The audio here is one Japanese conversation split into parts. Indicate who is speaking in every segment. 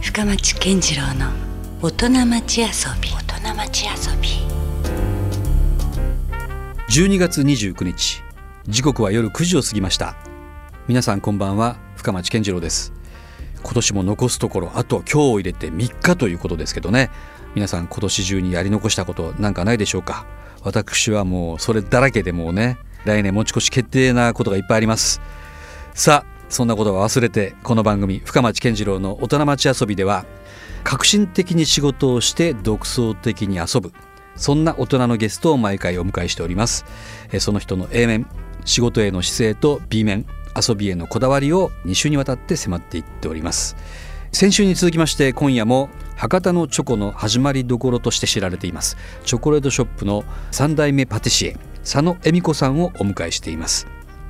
Speaker 1: 深町健次郎の大人町遊び大人町遊び
Speaker 2: 12月29日時刻は夜9時を過ぎました皆さんこんばんは深町健次郎です今年も残すところあと今日を入れて3日ということですけどね皆さん今年中にやり残したことなんかないでしょうか私はもうそれだらけでもうね来年持ち越し決定なことがいっぱいありますさあそんなことは忘れてこの番組深町健次郎の大人町遊びでは革新的に仕事をして独創的に遊ぶそんな大人のゲストを毎回お迎えしておりますえーその人の A 面仕事への姿勢と B 面遊びへのこだわりを2週にわたって迫っていっております先週に続きまして今夜も博多のチョコの始まりどころとして知られていますチョコレートショップの3代目パティシエ佐野恵美子さんをお迎えしています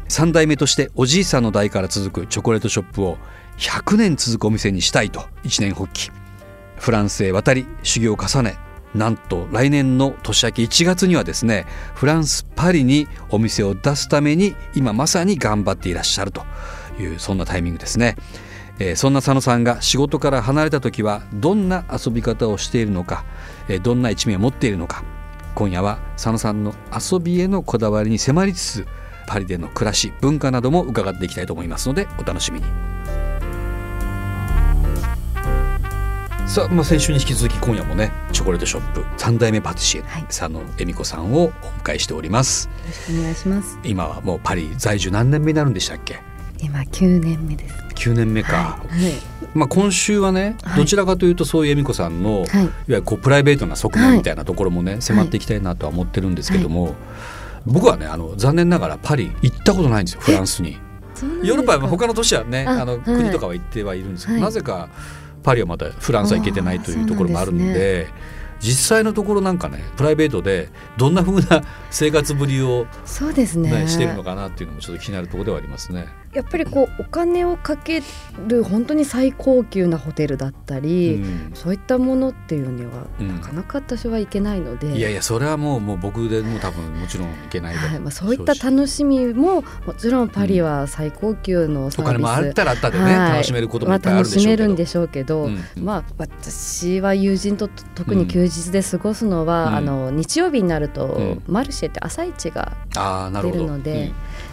Speaker 2: 3代目としておじいさんの代から続くチョコレートショップを100年続くお店にしたいと一年発起フランスへ渡り修行を重ねなんと来年の年明け1月にはですねフランス・パリにお店を出すために今まさに頑張っていらっしゃるというそんなタイミングですね、えーそんな佐野さんが仕事から離れた時はどんな遊び方をしているのか、えーどんな一面を持っているのか今夜は佐野さんの遊びへのこだわりに迫りつつパリでの暮らし文化なども伺っていきたいと思いますのでお楽しみにさあ、まあ、先週に引き続き今夜もねチョコレートショップ3代目パティシエ、
Speaker 1: はい
Speaker 2: 佐野恵美子さんをお迎えしております
Speaker 3: よろしくお願いします。
Speaker 2: 今はもうパリ在住何年目になるんでしたっけ
Speaker 3: 今9年目です。は
Speaker 2: 9年目か、
Speaker 3: い。
Speaker 2: まあ、今週はね
Speaker 3: はい
Speaker 2: どちらかというとそういう恵美子さんの、い
Speaker 3: はい
Speaker 2: わゆるこうプライベートな側面みたいなところもね、迫っていきたいなとは思ってるんですけども、僕はねあの残念ながらパリ行ったことないんですよフランスに。ヨーロッパは他の都市はね
Speaker 3: あ
Speaker 2: あの
Speaker 3: はい
Speaker 2: 国とかは行ってはいるんですけど、
Speaker 3: はい
Speaker 2: なぜかパリはまたフランスは行けてないというところもあるんで
Speaker 3: あーそう
Speaker 2: 実際のところなんかねプライベートでどんな風な生活ぶりを、
Speaker 3: そうですね
Speaker 2: ね。してるのかなっていうのもちょっと気になるところではありますね。
Speaker 3: やっぱりこうお金をかける本当に最高級なホテルだったり、
Speaker 2: うん
Speaker 3: そういったものっていうには、
Speaker 2: うん
Speaker 3: なかなか私はいけないので。
Speaker 2: いやいやそれはもうもう僕でもう多分もちろん行けないで、
Speaker 3: はいまあ、そういった楽しみももちろんパリは最高級のサ
Speaker 2: お
Speaker 3: ービス、
Speaker 2: 金もあったらあったでね、
Speaker 3: はい
Speaker 2: 楽しめることも
Speaker 3: ま
Speaker 2: い
Speaker 3: あ
Speaker 2: っぱいある
Speaker 3: 楽
Speaker 2: でしょう
Speaker 3: し
Speaker 2: けど。
Speaker 3: めるんでしょうけど、
Speaker 2: うんうん
Speaker 3: まあ、私は友人とと特に休日で過ごすのは、
Speaker 2: うん
Speaker 3: あの日曜日になると、
Speaker 2: うん
Speaker 3: マルシェって朝市が
Speaker 2: ああなるほど。
Speaker 3: 出るので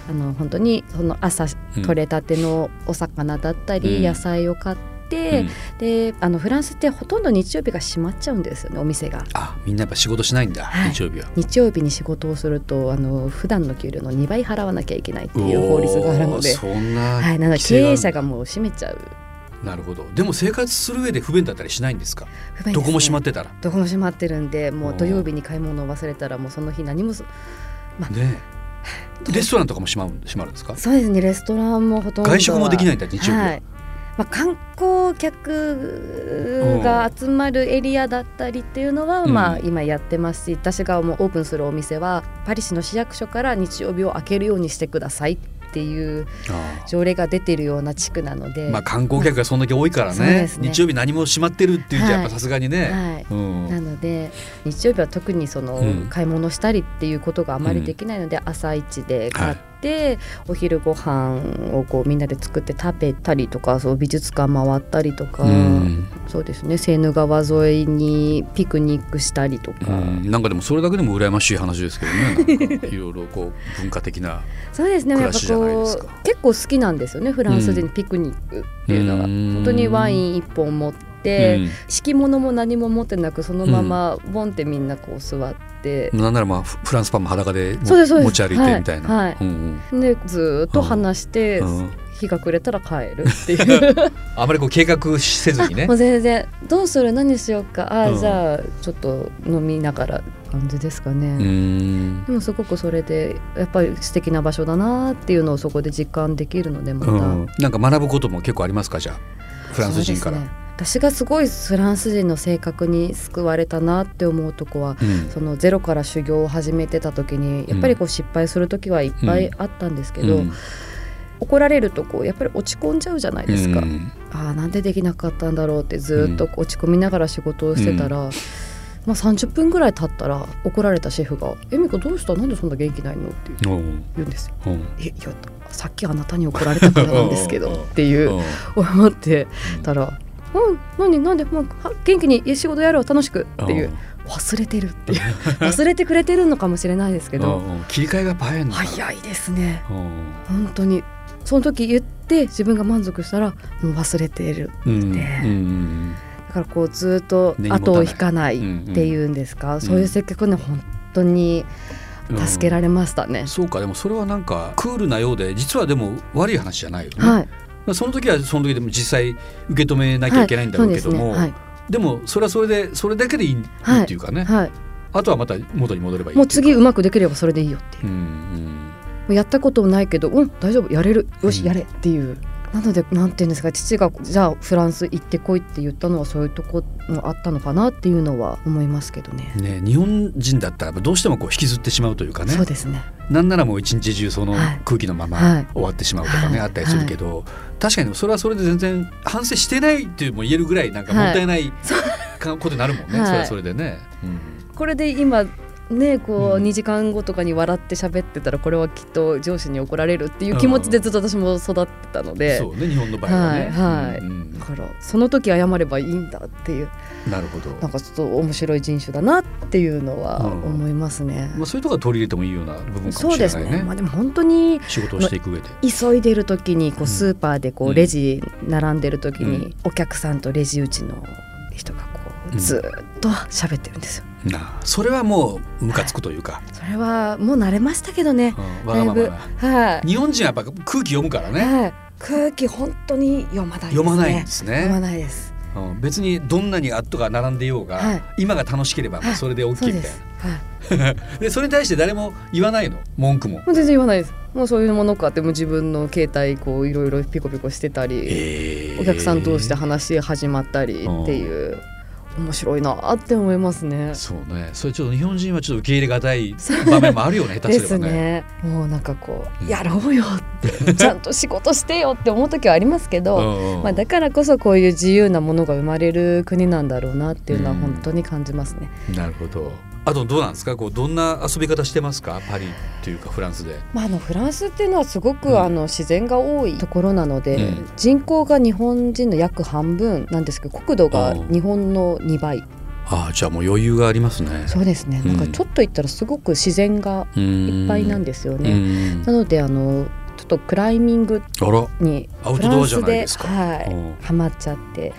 Speaker 3: あの本当にその朝
Speaker 2: うん
Speaker 3: 取れたてのお魚だったり、
Speaker 2: うん
Speaker 3: 野菜を買っ
Speaker 2: うんう
Speaker 3: て
Speaker 2: ん、
Speaker 3: であのフランスってほとんど日曜日が閉まっちゃうんですよねお店が。
Speaker 2: あみんなやっぱ仕事しないんだ、
Speaker 3: はい
Speaker 2: 日曜日は。
Speaker 3: 日曜日に仕事をするとあの普段の給料の2倍払わなきゃいけないっていう法律があるの
Speaker 2: おー
Speaker 3: で、
Speaker 2: そんな、
Speaker 3: はい、なので
Speaker 2: 規制
Speaker 3: 経
Speaker 2: がある
Speaker 3: 営者がもう閉めちゃう
Speaker 2: なるほど。でも生活する上で不便だったりしないんですか。
Speaker 3: 不便ですね
Speaker 2: どこも閉まってたら。
Speaker 3: どこも閉まってるんでも
Speaker 2: お
Speaker 3: う
Speaker 2: ー
Speaker 3: 土曜日に買い物を忘れたらもうその日何もす
Speaker 2: ねえ。レストランとかも閉まる閉まるんですか。
Speaker 3: そうですねレストランもほとんどは
Speaker 2: 外食もできないんだ日曜日は
Speaker 3: はいまあ、観光客が集まるエリアだったりっていうのは、
Speaker 2: うん
Speaker 3: まあ、今やってますし私がもうオープンするお店はパリ市の市役所から日曜日を開けるようにしてくださいっていう
Speaker 2: あ
Speaker 3: 条例が出てるような地区なので、
Speaker 2: ーまあ観光客がそんだけ多いから
Speaker 3: そうで
Speaker 2: ね。
Speaker 3: すね
Speaker 2: 日曜日何も閉まってるっていうとやっぱさすがにね。
Speaker 3: はい、
Speaker 2: うん。
Speaker 3: なので日曜日は特にその
Speaker 2: うん
Speaker 3: 買い物したりっていうことがあまりできないので、朝一で買って、お昼ご飯をこうみんなで作って食べたりとかそう美術館回ったりとか、
Speaker 2: うん
Speaker 3: そうですねセーヌ川沿いにピクニックしたりとか、
Speaker 2: うん、なんかでもそれだけでも羨ましい話ですけど ねなんかいろいろこう文化的な
Speaker 3: そうですねやっぱ
Speaker 2: 暮らしじゃないで
Speaker 3: こ
Speaker 2: す
Speaker 3: う
Speaker 2: か
Speaker 3: 結構好きなんですよねフランス人ピクニックっていうのが、
Speaker 2: うん
Speaker 3: 本当にワイン一本持って、敷物も何も持ってなくそのままボンってみんなこう座って
Speaker 2: う、ん、なんならまあフフランスパンも裸でも
Speaker 3: そうですそうです
Speaker 2: 持ち歩いてみたいな、
Speaker 3: はいはい
Speaker 2: うん
Speaker 3: でずーっと話して、
Speaker 2: うんうん
Speaker 3: 日が暮れたら帰るっ ていう
Speaker 2: あまりこう計画しせずにね
Speaker 3: もう全然どうする何しようかああ、
Speaker 2: うん
Speaker 3: じゃあちょっと飲みながら感じですか
Speaker 2: うー
Speaker 3: ね、
Speaker 2: ん
Speaker 3: でもすごくそれでやっぱり素敵な場所だなっていうのをそこで実感できるのでまた、
Speaker 2: うん、なんか学ぶことも結構ありますかじゃあフランス人から。
Speaker 3: そうですね私がすごいフランス人の性格に救われたなって思うとこは
Speaker 2: うん
Speaker 3: そのゼロから修行を始めてた時にやっぱりこう失敗する時はいっぱいあったんですけど、
Speaker 2: うん
Speaker 3: 怒られるとこうやっぱり落ち込んじゃうじゃないですか、
Speaker 2: うん
Speaker 3: あーなんでできなかったんだろうってずーっと落ち込みながら仕事をしてたら、まあ、30分ぐらい経ったら怒られたシェフが「えみこどうしたなんでそんな元気ないの?」って
Speaker 2: おう
Speaker 3: 言うんですよ。
Speaker 2: おう
Speaker 3: えいやさっきあなたに怒られたからなんですけ
Speaker 2: おうおう
Speaker 3: どっていう
Speaker 2: おう
Speaker 3: 思ってたらうん何なんでもうは元気に仕事やろう楽しくっていう忘れてるっていう忘れてくれてるのかもしれないですけ
Speaker 2: け
Speaker 3: ど
Speaker 2: 切り替えがやっぱ早いのかな
Speaker 3: 早いですね
Speaker 2: うん
Speaker 3: 本当にその時言って自分が満足したらもう忘れている
Speaker 2: うん
Speaker 3: ね
Speaker 2: うん
Speaker 3: だからこうずっと
Speaker 2: 根に持たない
Speaker 3: 後を引かない
Speaker 2: うん
Speaker 3: っていうんですか、そういう接客ね本当に
Speaker 2: うん
Speaker 3: 助けられましたね、
Speaker 2: そうかでもそれはなんかクールなようで実はでも悪い話じゃないよね、
Speaker 3: はい
Speaker 2: まあその時はその時でも実際受け止めなきゃいけないんだろうけども、
Speaker 3: はい、
Speaker 2: でもそれはそれでそれだけでいい
Speaker 3: はい
Speaker 2: っていうかね、
Speaker 3: そうですねはいは
Speaker 2: あとはまた元に戻ればい
Speaker 3: い、
Speaker 2: い
Speaker 3: もう
Speaker 2: ってい
Speaker 3: 次
Speaker 2: う
Speaker 3: うまくできればそれでいいよっていう
Speaker 2: か、うん
Speaker 3: もうやったことないけどうん大丈夫やれるよ
Speaker 2: う
Speaker 3: し
Speaker 2: ん
Speaker 3: やれっていう、なのでなんていうんですか父がじゃあフランス行ってこいって言ったのはそういうとこもあったのかなっていうのは思いますけどね
Speaker 2: う。んね、日本人だったらどうしてもこう引きずってしまうというかね
Speaker 3: そうですね。
Speaker 2: なんならもう一日中その
Speaker 3: はい
Speaker 2: 空気のまま
Speaker 3: はい
Speaker 2: 終わってしまうとかね、
Speaker 3: はい
Speaker 2: あったりするけど、確かにそれはそれで全然反省してないっていうも言えるぐらいなんかもったいない、かことになるもんね、
Speaker 3: はい
Speaker 2: それはそれでね。うん
Speaker 3: これで今ねこ
Speaker 2: う
Speaker 3: うん2時間後とかに笑って喋ってたらこれはきっと上司に怒られるっていう気持ちでずっと私も育ってたので、
Speaker 2: そうね日本の場合はね、
Speaker 3: はいはい
Speaker 2: うんうん
Speaker 3: だからその時謝ればいいんだっていう
Speaker 2: なるほど、
Speaker 3: なんかちょっと面白い人種だなっていうのは
Speaker 2: うん
Speaker 3: 思いますね。
Speaker 2: まあ、そういうところは取り入れてもいいような部分かも
Speaker 3: そう
Speaker 2: しれ
Speaker 3: です
Speaker 2: ないね
Speaker 3: ね、まあ、でも本当に
Speaker 2: 仕事をしていく上で。
Speaker 3: 急いでる時にこ
Speaker 2: うん
Speaker 3: うスーパーでこ
Speaker 2: うん
Speaker 3: うレジ並んでる時
Speaker 2: う
Speaker 3: にお客さんとレジ打ちの人がこ
Speaker 2: うん
Speaker 3: うずーっと喋ってるんですよ。
Speaker 2: なあそれはもうムカつくというか、
Speaker 3: それはもう慣れましたけどね。
Speaker 2: うんわがま
Speaker 3: だい
Speaker 2: ま
Speaker 3: ぶ
Speaker 2: な
Speaker 3: はい、
Speaker 2: 日本人はやっぱ空気読むからね
Speaker 3: はい、空気本当に読まないですね。
Speaker 2: 読まないんです
Speaker 3: 読ま
Speaker 2: ね、
Speaker 3: ないです。
Speaker 2: うん別にどんなにあっとが並んでいようが、
Speaker 3: はい
Speaker 2: 今が楽しければもうそれで OK みた
Speaker 3: そ
Speaker 2: い
Speaker 3: う
Speaker 2: な、
Speaker 3: です。はい、
Speaker 2: でそれに対して誰も言わないの文句も。
Speaker 3: もう全然言わないです。もうそういうものかってもう自分の携帯こういろいろピコピコしてたり。お客さん同士で話始まったりっていう、面白いなって思いますね。
Speaker 2: そうねそれちょっと日本人はちょっと受け入れがたい場面もある よね下手
Speaker 3: です
Speaker 2: れ
Speaker 3: す
Speaker 2: ばね。
Speaker 3: ね。もうなんかこ
Speaker 2: うん
Speaker 3: うやろうよ ってちゃんと仕事してよって思う時はありますけど、まあだからこそこういう自由なものが生まれる国なんだろうなっていうのは本当に感じますね。
Speaker 2: うんなるほどあとどうなんですかこうどんな遊び方してますかパリというかフランスで。
Speaker 3: まああのフランスっていうのはすご
Speaker 2: うん
Speaker 3: くあの自然が多いところなので、
Speaker 2: うん
Speaker 3: 人口が日本人の約半分なんですけど、国土が日本の2倍。
Speaker 2: ああじゃあもう余裕がありますね。
Speaker 3: そうですね。なん
Speaker 2: う
Speaker 3: か
Speaker 2: ん
Speaker 3: ちょっと行ったらすごく自然がい
Speaker 2: い
Speaker 3: っぱいなん
Speaker 2: で
Speaker 3: ですよ
Speaker 2: す
Speaker 3: ね。なのであのちょっとクライミング
Speaker 2: あら
Speaker 3: に
Speaker 2: アウ
Speaker 3: フ
Speaker 2: ト
Speaker 3: ラ
Speaker 2: ド
Speaker 3: ン
Speaker 2: アじゃ
Speaker 3: ス
Speaker 2: ない
Speaker 3: で
Speaker 2: ですか。
Speaker 3: は
Speaker 2: うん
Speaker 3: いハマっちゃって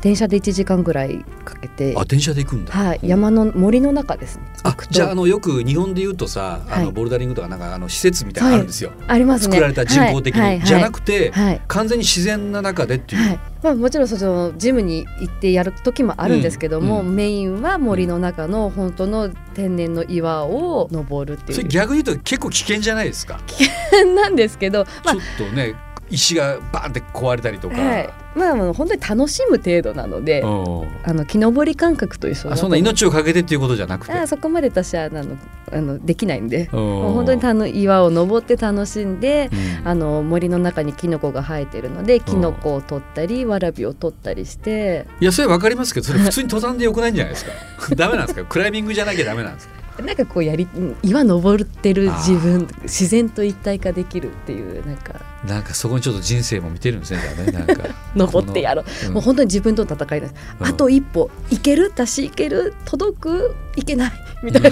Speaker 3: 電車で1時間ぐらいかけて
Speaker 2: あ電車で行くんだ。
Speaker 3: はい
Speaker 2: うん
Speaker 3: 山の森の中ですね
Speaker 2: あ
Speaker 3: と
Speaker 2: じゃああのよく日本で言うとさあ
Speaker 3: は
Speaker 2: の
Speaker 3: い
Speaker 2: ボルダリングとかなんかあの施設みたいなのあるんですよ。
Speaker 3: ありますね
Speaker 2: 作られた人工的
Speaker 3: はいはい
Speaker 2: に
Speaker 3: はい
Speaker 2: じゃなくて
Speaker 3: はい
Speaker 2: 完全に自然な中でっていう。
Speaker 3: はいまあ、もちろんそのジムに行ってやる時もあるんですけども、
Speaker 2: うん
Speaker 3: メインは森の中の本当の天然の岩を登るって
Speaker 2: それ
Speaker 3: いう
Speaker 2: 逆に言うと結構危険じゃないですか。
Speaker 3: なんですけど、ま
Speaker 2: ちょっとね石がバーンって壊れたりと
Speaker 3: あ
Speaker 2: か。
Speaker 3: はいまあ、あの本当に楽しむ程度なので、
Speaker 2: うん
Speaker 3: あの木登り感覚と一緒だ
Speaker 2: あ
Speaker 3: と
Speaker 2: そん
Speaker 3: 思
Speaker 2: な
Speaker 3: う
Speaker 2: 命を懸けてっていうことじゃなくて。
Speaker 3: あそこまで私はあのあのできないんで、も
Speaker 2: も
Speaker 3: う本当に
Speaker 2: 楽
Speaker 3: たの岩を登って楽しんで、あ
Speaker 2: の
Speaker 3: の森の中にキノコが生えてるのでキノコを取ったりわらびを取ったりして
Speaker 2: いやそれわかりますけどそれ普通に登山でよくないんじゃないですか。 ダメなんですか。クライミングじゃなきゃダメなんですか。
Speaker 3: なんかこうやりうん岩登ってる自分自然と一体化できるっていうなんか
Speaker 2: なんかそこにちょっと人生も見てるんですね。じゃ あねなんか。
Speaker 3: 登ってやろう、
Speaker 2: うん
Speaker 3: もう本当に自分との戦いです、
Speaker 2: うん
Speaker 3: あと一歩いける出しいける届くいけないみたいな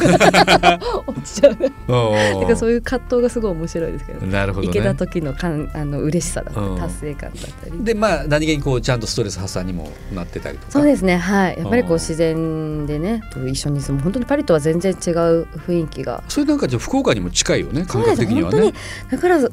Speaker 3: 落ちちゃうなん
Speaker 2: おー
Speaker 3: かそういう葛藤がすごい面白いですけど
Speaker 2: なるほど
Speaker 3: 行けた
Speaker 2: ね。
Speaker 3: 時のかんあの嬉しさだったり、
Speaker 2: うん
Speaker 3: 達成感だったり。
Speaker 2: でまあ何気にこうちゃんとストレス発散にもなってたりとか。
Speaker 3: そうですね、はい、やっぱりこ
Speaker 2: うん
Speaker 3: う自然でね、一緒に住む、本当にパリとは全然違う雰囲気が。
Speaker 2: それなんかじゃあ福岡にも近いよね
Speaker 3: そ
Speaker 2: 感
Speaker 3: うで
Speaker 2: 覚
Speaker 3: す、
Speaker 2: 的に
Speaker 3: 本
Speaker 2: は
Speaker 3: 当
Speaker 2: ね
Speaker 3: に。、だから好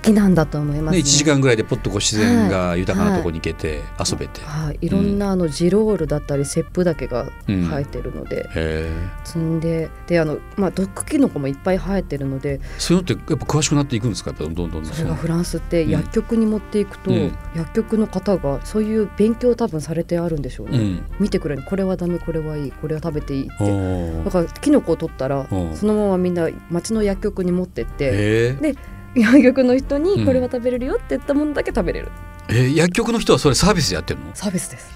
Speaker 3: きなんだと思います
Speaker 2: ね
Speaker 3: ね。
Speaker 2: 1時間ぐらいでポッとこう自然が豊かなとこに行けて遊べて。
Speaker 3: はい、いろんなあのジロールだったり、セップだけが
Speaker 2: うん
Speaker 3: 生えてるので、
Speaker 2: へ
Speaker 3: 摘んで、で、あの、まあ、毒キノコもいっぱい生えてるので。
Speaker 2: えそういうのってやっぱ詳しくなっていくんですかやっぱどんどんどんどん
Speaker 3: それがフランスって薬局に持っていくと、
Speaker 2: うん
Speaker 3: 薬局の方がそういう勉強を多分されてあるんでしょう
Speaker 2: う
Speaker 3: ね。
Speaker 2: ん
Speaker 3: 見てくれるこれはダメこれはいいこれは食べていいっ
Speaker 2: お
Speaker 3: てだ
Speaker 2: ー
Speaker 3: からキノコを取ったら
Speaker 2: うん
Speaker 3: そのままみんな町の薬局に持ってって
Speaker 2: へえ
Speaker 3: で 薬局の人
Speaker 2: うん
Speaker 3: にこれは食べれるよって言ったものだけ食べれる
Speaker 2: えー薬局の人はそれサービスでやってるの
Speaker 3: サービスです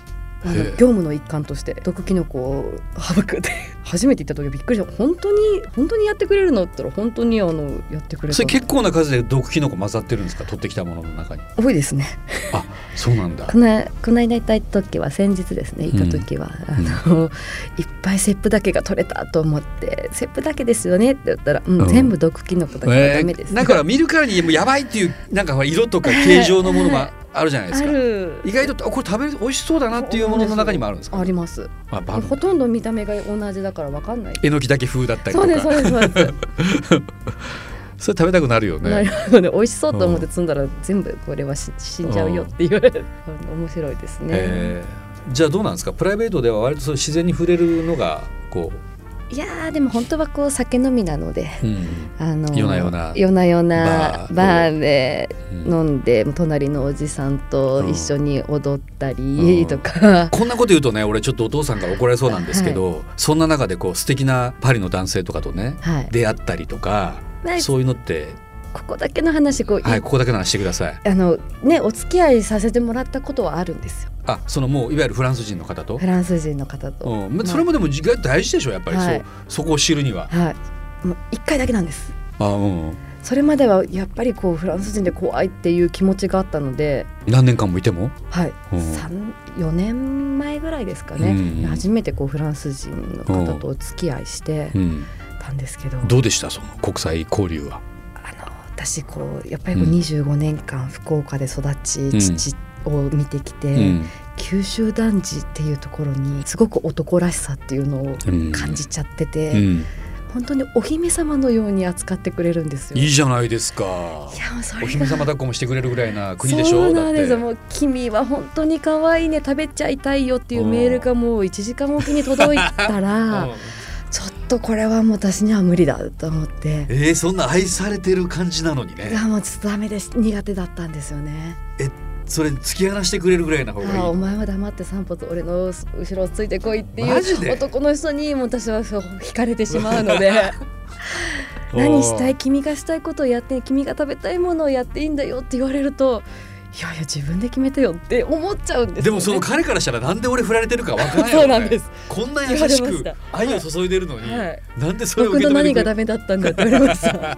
Speaker 3: あの業務の一環として毒キノコを省くって 初めて行った時びっくりした本当に本当にやってくれるのって言ったら本当にあのやってくれた
Speaker 2: それ結構な数で毒キノコ混ざってるんですか取ってきたものの中に
Speaker 3: 多いですね
Speaker 2: あそうなんだ
Speaker 4: このこの間行った時は先日ですね行った時は、あのいっぱいセップだけが取れたと思って「セップだけですよね」って言ったら「うん
Speaker 2: うん
Speaker 4: 全部毒キノコだからダメです」
Speaker 2: だから見るからにもうやばいっていうなんかほら色とか形状のものがあるじゃないです
Speaker 3: あ
Speaker 2: か
Speaker 3: る
Speaker 2: 意外とあこれ食べる美味しそうだなっていうものの中にもあるんですか
Speaker 3: あります
Speaker 2: あやっぱあるんだ
Speaker 3: ほとんど見た目が同じだからわかんない
Speaker 2: えのきだけ風だったりと
Speaker 3: そう
Speaker 2: か
Speaker 3: ですそうですそうです
Speaker 2: それ食べたくなるよね
Speaker 3: なるほどね美味しそうと思って摘んだら全部これはし死んじゃうよって言われる面白いですね。
Speaker 2: えーじゃあどうなんですかプライベートでは割とそう自然に触れるのがこ
Speaker 4: いやーでも本当はこう酒飲みなので
Speaker 2: う、
Speaker 4: あの
Speaker 2: 夜な夜な
Speaker 4: 夜な夜な
Speaker 2: バー
Speaker 4: バーで
Speaker 2: うん
Speaker 4: 飲んで隣のおじさんと一緒に踊った
Speaker 2: う
Speaker 4: り
Speaker 2: ん
Speaker 4: と か、
Speaker 2: こんなこと言うとね俺ちょっとお父さんから怒られそうなんですけど、そんな中でこう素敵なパリの男性とかとね
Speaker 4: はい
Speaker 2: 出会ったりとか
Speaker 4: ない
Speaker 2: そういうのって
Speaker 4: ここだけの話こう、い
Speaker 2: はいここだけの話してください
Speaker 4: あのねお付き合いさせてもらったことはあるんですよ
Speaker 2: あそのもういわゆるフランス人の方と
Speaker 4: フランス人の方と、
Speaker 2: うんまあ、それもでも時間大事でしょやっぱり、
Speaker 4: はい
Speaker 2: そうそこを知るには
Speaker 4: はいもう一回だけなんです
Speaker 2: あ、うん、
Speaker 3: それまではやっぱりこうフランス人で怖いっていう気持ちがあったので、
Speaker 2: 何年間もいても
Speaker 3: はい、
Speaker 2: うん
Speaker 3: 三四年前ぐらいですか
Speaker 2: う
Speaker 3: ね、
Speaker 2: ん
Speaker 3: 初めてこうフランス人の方とお付き合いして
Speaker 2: うん、
Speaker 3: たんですけど、
Speaker 2: どうでしたその国際交流は
Speaker 3: あの私こうやっぱりこう
Speaker 2: うん
Speaker 3: 25年間福岡で育ち、
Speaker 2: ん
Speaker 3: 父を見てきて、
Speaker 2: うん
Speaker 3: 九州男児っていうところにすごく男らしさっていうのを
Speaker 2: うん
Speaker 3: 感じちゃって
Speaker 2: う
Speaker 3: て、
Speaker 2: ん、
Speaker 3: 本当にお姫様のように扱ってくれるんですよ。
Speaker 2: いいじゃないですか
Speaker 3: いやもうそれ
Speaker 2: お
Speaker 3: が
Speaker 2: 姫様抱っこもしてくれるぐらいな国でしょ
Speaker 3: そうなんです
Speaker 2: だっ
Speaker 3: よ
Speaker 2: て
Speaker 3: もう君は本当に可愛いね食べちゃいたいよっていうメールがもう1時間おきに届いた ら
Speaker 2: うん
Speaker 3: ちょっとこれはもう私には無理だと思って
Speaker 2: えー、そんな愛されてる感じなのに
Speaker 3: い
Speaker 2: ね
Speaker 3: やもうちょっとダメです苦手だったんですよね
Speaker 2: それ突き放してくれるぐらいな方がいい
Speaker 3: あお前は黙って散歩俺の後ろをついてこいって
Speaker 2: マジ
Speaker 3: い
Speaker 2: で
Speaker 3: う男の人にもう私はそう惹かれてしまう ので何したい君がしたいことをやって君が食べたいものをやっていいんだよって言われるといやいや自分で決めてよって思っちゃうんですよ、ね、
Speaker 2: でもその彼からしたらなんで俺振られてるかわからないよね
Speaker 3: そうなんです
Speaker 2: こんな優し
Speaker 3: 言われまし
Speaker 2: く
Speaker 3: た
Speaker 2: 愛を注いでるのに、
Speaker 3: はい
Speaker 2: なんでそれを
Speaker 3: 僕
Speaker 2: 受け
Speaker 3: の
Speaker 2: 止めてくれ
Speaker 3: 何が
Speaker 2: る
Speaker 3: ダメだったんだって言われま した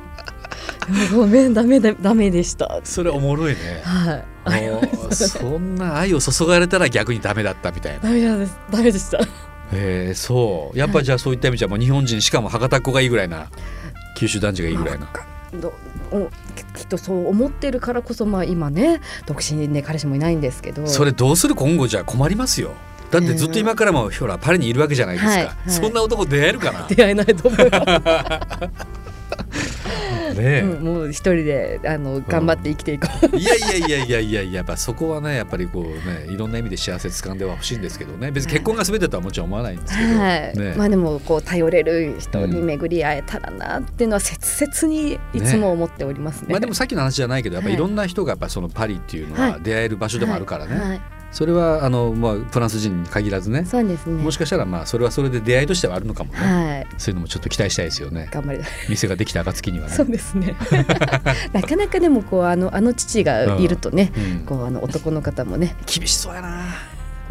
Speaker 3: ごめんダメだダメでした
Speaker 2: それおもろいね
Speaker 3: はい
Speaker 2: もうそんな愛を注がれたら逆にダメだったみたいな
Speaker 3: ダメなんですダメでした
Speaker 2: えー、そうやっぱじゃあそういった意味じゃもう日本人しかも博多っ子がいいぐらいな九州男児がいいぐらいな
Speaker 3: どおきっとそう思ってるからこそまあ今ね独身で彼氏もいないんですけど
Speaker 2: それどうする今後じゃ困りますよだってずっと今からもほらパリにいるわけじゃないですか、
Speaker 4: はいはい
Speaker 2: そんな男出会えるか な、
Speaker 3: 出会えないと思います、
Speaker 2: ね
Speaker 3: うん、もう一人であの頑張って生きていこう、
Speaker 2: いやいやいやいやいやいややっぱそこはねやっぱりこうねいろんな意味で幸せ掴んではほしいんですけどね別に結婚が全てとはもちろん思わないんですけど、
Speaker 4: はい
Speaker 2: ね
Speaker 3: まあでもこう頼れる人に巡り会えたらなっていうのは切々にいつも思っておりますね
Speaker 2: まあでもさっきの話じゃないけどやっぱ
Speaker 3: はい
Speaker 2: いろんな人がやっぱそのパリっていうの
Speaker 4: は
Speaker 2: はい出会える場所でもあるからね、
Speaker 4: はい
Speaker 2: それはあの、まあ、フランス人に限らずね
Speaker 4: そうですね
Speaker 2: もしかしたらまあそれはそれで出会いとしてはあるのかもね、
Speaker 4: はい
Speaker 2: そういうのもちょっと期待したいですよね
Speaker 3: 頑張り
Speaker 2: 店ができた暁にはね
Speaker 3: そうです ねなかなかでもこうあのあの父がいるとね、
Speaker 2: うん
Speaker 3: こうあの男の方もね
Speaker 2: 厳しそうやな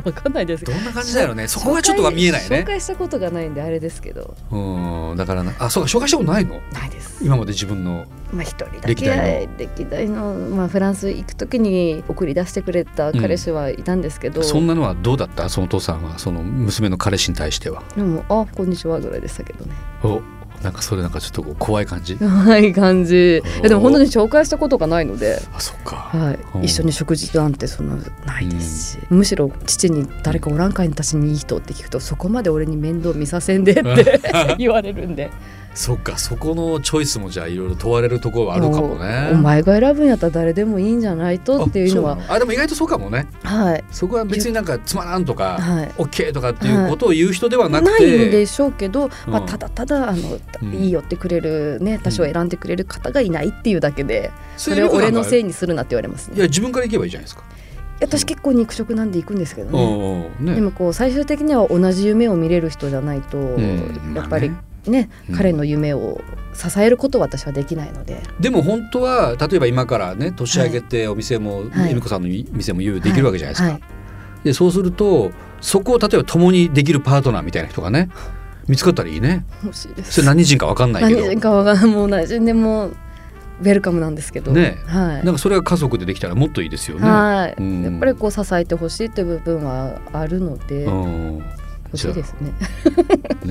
Speaker 3: わかんないです
Speaker 2: どんな感じだよねそこがちょっとは見えない
Speaker 3: 紹
Speaker 2: ね
Speaker 3: 介したことがないんであれですけど
Speaker 2: うんだからなあそうか紹介したことないの
Speaker 3: ないです
Speaker 2: 今まで自分の
Speaker 3: まあ一人だけ
Speaker 2: 歴代
Speaker 3: 歴代のまあ、フランス行く時に送り出してくれた彼氏はいたんですけど、
Speaker 2: そんなのはどうだったそのお父さんはその娘の彼氏に対しては
Speaker 3: でも「あこんにちは」ぐらいでしたけどね
Speaker 2: おなんかそれなんかちょっとこう怖い感じ
Speaker 3: はい感じ
Speaker 2: おー
Speaker 3: えでも本当に紹介したことがないので、
Speaker 2: あそっか
Speaker 3: は
Speaker 2: おー
Speaker 3: い、一緒に食事なんてそんなないですし、むしろ父に「誰かおらんかいにたちにいい人」って聞くと「そこまで俺に面倒見させんで」って 言われるんで
Speaker 2: そっかそこのチョイスもじゃあいろいろ問われるとこ ろはあるかもね
Speaker 3: お前が選ぶんやったら誰でもいいんじゃないとっていうの
Speaker 2: あ
Speaker 3: は
Speaker 2: そなあでも意外とそうかもね
Speaker 3: はい
Speaker 2: そこは別になんかつまらんとか、
Speaker 3: はい
Speaker 2: OK とかっていうことを言う人ではな
Speaker 3: な
Speaker 2: く
Speaker 3: い
Speaker 2: て、
Speaker 3: んでしょうけど、まあ、
Speaker 2: うん
Speaker 3: ただただあの、
Speaker 2: うん
Speaker 3: いいよってくれるね多少選んでくれる方がいないっていうだけで、
Speaker 2: そ
Speaker 3: それを俺のせい
Speaker 2: い
Speaker 3: にするなって言われます
Speaker 2: いや
Speaker 3: ね
Speaker 2: 自分から行けばいいじゃないですか、
Speaker 3: 私結構肉食なんで行くんですけど
Speaker 2: う
Speaker 3: ね、
Speaker 2: んうんね
Speaker 3: でもこう最終的には同じ夢を見れる人じゃないと、
Speaker 2: ん
Speaker 3: やっぱり
Speaker 2: ま
Speaker 3: ね
Speaker 2: うん
Speaker 3: 彼の夢を支えることは私はできないので、
Speaker 2: でも本当は例えば今からね年上げてお店も、
Speaker 3: はい
Speaker 2: 由美子さんの店も言うできるわけじゃないですか、
Speaker 3: はい
Speaker 2: でそうするとそこを例えば共にできるパートナーみたいな人が ね見つかったらいいね
Speaker 3: 欲しいです
Speaker 2: それ何人か分かんないけ
Speaker 3: 何
Speaker 2: ど
Speaker 3: 人かわがもう何人でもウェルカムなんですけど
Speaker 2: ね
Speaker 3: はい
Speaker 2: なんかそれが家族でできたらもっといいですよね。
Speaker 3: はい、
Speaker 2: うん
Speaker 3: やっぱりこう支えてほしいという部分はあるので、
Speaker 2: うん
Speaker 3: 欲しいですね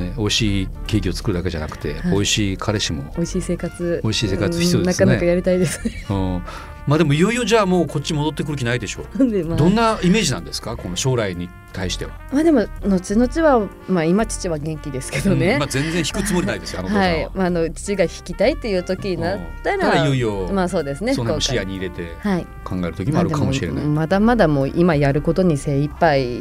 Speaker 2: ね、美味しいケーキを作るだけじゃなくて、
Speaker 3: はい
Speaker 2: 美味しい彼氏も、
Speaker 3: 美味しい生活
Speaker 2: 美味しい生活必要ですね
Speaker 3: うんなかなかやりたいです
Speaker 2: うん、まあでもいよいよじゃあもうこっち戻ってくる気ないでしょう、
Speaker 3: なんでまあ
Speaker 2: どんなイメージなんですかこの将来に対しては、
Speaker 3: まあでも後々はまあ今父は元気ですけど
Speaker 2: う
Speaker 3: ね
Speaker 2: んまあ、、全然引くつもりないですよあのお父さん
Speaker 3: は
Speaker 2: は、
Speaker 3: い、まあ、あの父が引きたいっていう時になった
Speaker 2: うんただ
Speaker 3: ら、
Speaker 2: いよいよ
Speaker 3: まあそうですね
Speaker 2: その辺も視野
Speaker 3: に
Speaker 2: に入れて
Speaker 3: はい
Speaker 2: 考える時もあるかもしれない、
Speaker 3: まあでもまだまだもう今やることに精一杯